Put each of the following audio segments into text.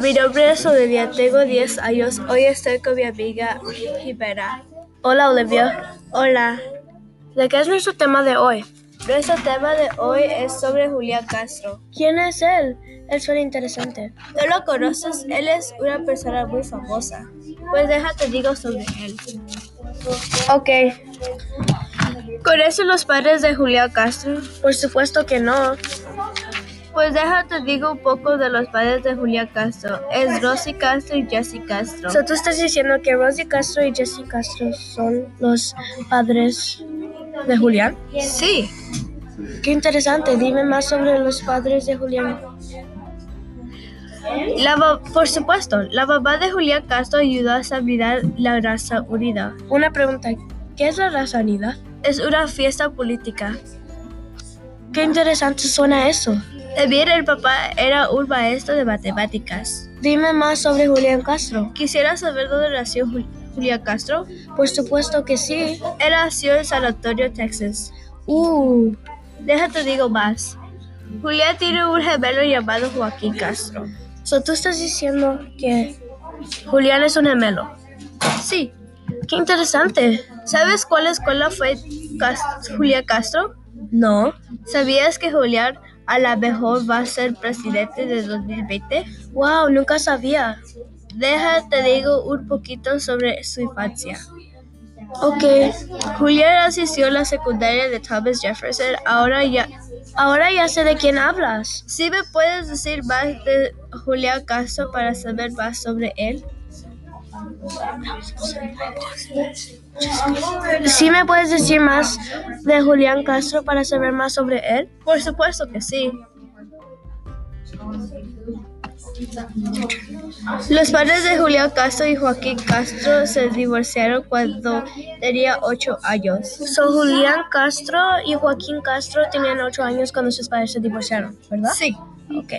Mi nombre es Olivia, tengo 10 años. Hoy estoy con mi amiga Jimena. Hola, Olivia. Hola. ¿De qué es nuestro tema de hoy? Nuestro tema de hoy es sobre Julián Castro. ¿Quién es él? Él suena interesante. ¿No lo conoces? Él es una persona muy famosa. Pues déjate digo sobre él. Ok, ¿Conoces los padres de Julián Castro? por supuesto que no. Pues déjate digo un poco de los padres de Julián Castro. Es Rosy Castro y Jesse Castro. So, tú estás diciendo que Rosy Castro y Jesse Castro son los padres de Julián. Sí. Qué interesante. Dime más sobre los padres de Julián. La ba- por supuesto, la mamá de Julián Castro ayudó a salvar la raza unida. Una pregunta. ¿Qué es la raza unida? Es una fiesta política. Qué interesante suena eso. También Eh, el papá era un maestro de matemáticas. Dime más sobre Julián Castro. Quisiera saber dónde nació Jul- Julián Castro. Por supuesto que sí. Él nació en San Antonio, Texas. Uh, Déjate digo más. Julián tiene un gemelo llamado Joaquín Castro. so, tú estás diciendo que... Julián es un gemelo. Sí. Qué interesante. ¿Sabes cuál escuela fue Cas- Julián Castro? No. ¿Sabías que Julián a la mejor va a ser presidente de 2020? Wow, nunca sabía. Déjate digo un poquito sobre su infancia. Ok, Julián asistió a la secundaria de Thomas Jefferson. Ahora ya. ahora ya sé de quién hablas. ¿Sí me puedes decir más de Julián Castro para saber más sobre él? ¿Sí me puedes decir más de Julián Castro para saber más sobre él? Por supuesto que sí. Los padres de Julián Castro y Joaquín Castro se divorciaron cuando tenía ocho años. So, Julián Castro y Joaquín Castro tenían ocho años cuando sus padres se divorciaron, ¿verdad? Sí. Ok.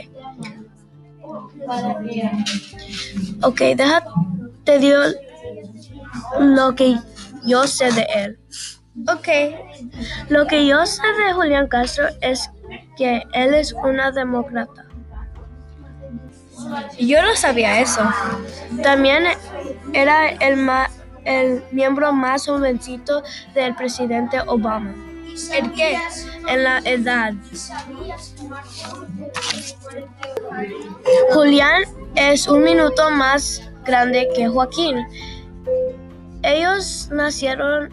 Ok, deja, te digo lo que yo sé de él. Ok, Lo que yo sé de Julián Castro es que él es una demócrata. yo no sabía eso. También era el, ma- el miembro más jovencito del presidente Obama ¿El qué? en la edad. Julián es un minuto más grande que Joaquín. Ellos nacieron,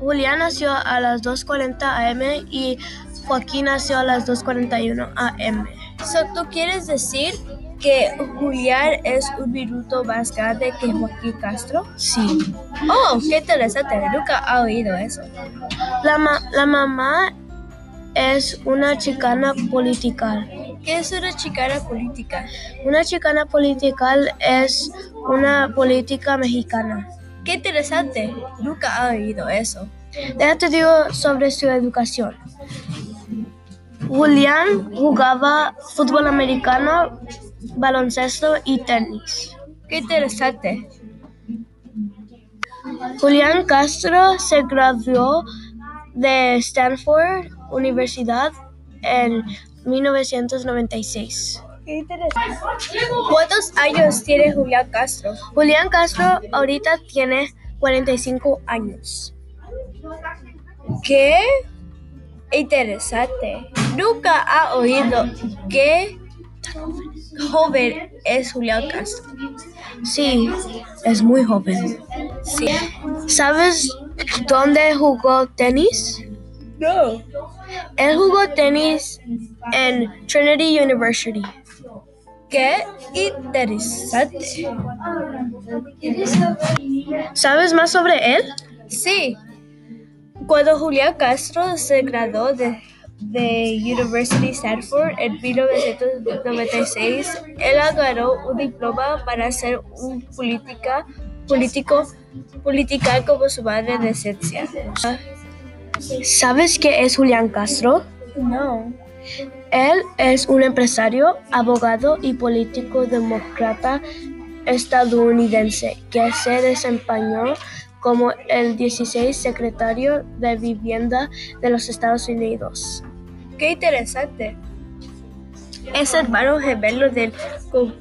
Julián nació a las 2.40 am y Joaquín nació a las 2.41 am. So, ¿Tú quieres decir que Julián es un minuto más grande que Joaquín Castro? Sí. Oh, qué interesante. Nunca ha oído eso. La, ma- la mamá es una chicana política. ¿Qué es una chicana política? Una chicana política es una política mexicana. Qué interesante. Nunca ha oído eso. Déjate digo sobre su educación. Julián jugaba fútbol americano, baloncesto y tenis. Qué interesante. Julián Castro se graduó de Stanford Universidad en 1996. Qué interesante. ¿Cuántos años tiene Julián Castro? Julián Castro ahorita tiene 45 años. ¿Qué? Interesante. Nunca ha oído qué joven es Julián Castro. Sí, es muy joven. Sí. ¿Sabes dónde jugó tenis? No. Él jugó tenis en Trinity University. Qué interesante. ¿Sabes más sobre él? Sí. Cuando Julián Castro se graduó de, de University Stanford en 1996, él agarró un diploma para ser un política, político political como su madre de ciencia. ¿Sabes qué es Julián Castro? No. Él es un empresario, abogado y político demócrata estadounidense que se desempeñó como el 16 secretario de Vivienda de los Estados Unidos. Qué interesante. Es hermano gemelo del co-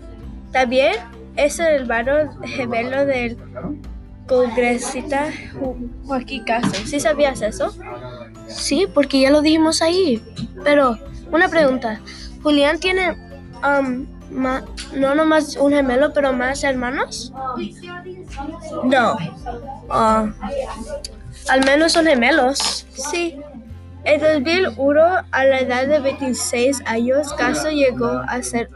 También es el hermano gemelo del congresista Ju- Joaquín Castro. ¿Sí sabías eso? Sí, porque ya lo dijimos ahí. Pero, una pregunta. ¿Julián tiene um, ma- no nomás un gemelo, pero más hermanos? No. Ah, al menos son gemelos. Sí. En 2001, a la edad de 26 años, Castro llegó a ser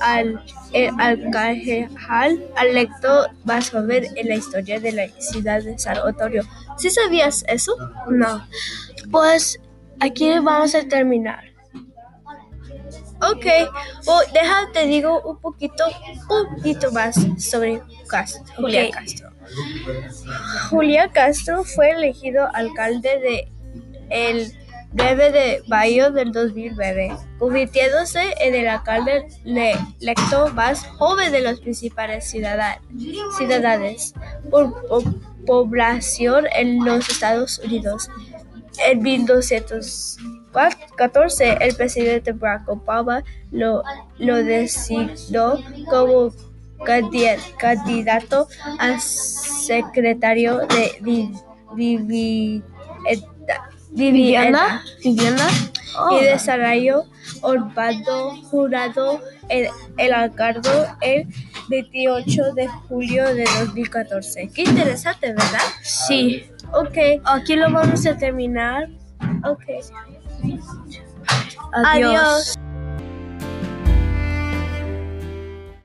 al, eh, el alcajal electo más joven en la historia de la ciudad de San Antonio. ¿Sí sabías eso? No. Pues aquí vamos a terminar. Ok, well, deja, te digo un poquito, un poquito más sobre Castro, Julián Ok. Castro. Julián Castro fue elegido alcalde de el 9 de mayo del 2009, convirtiéndose en el alcalde le- electo más joven de los principales ciudadanos por, po- población en los Estados Unidos. En 1914, el presidente Barack Obama lo, lo designó como candid- candidato a secretario de vi- vivi- eta- ¿Vivienda? vivienda ¿Vivienda? y desarrollo Orlando Jurado el, el alcalde el 28 de julio de 2014. Qué interesante, ¿verdad? Sí. Ok, Aquí lo vamos a terminar. ok. Adiós. Adiós.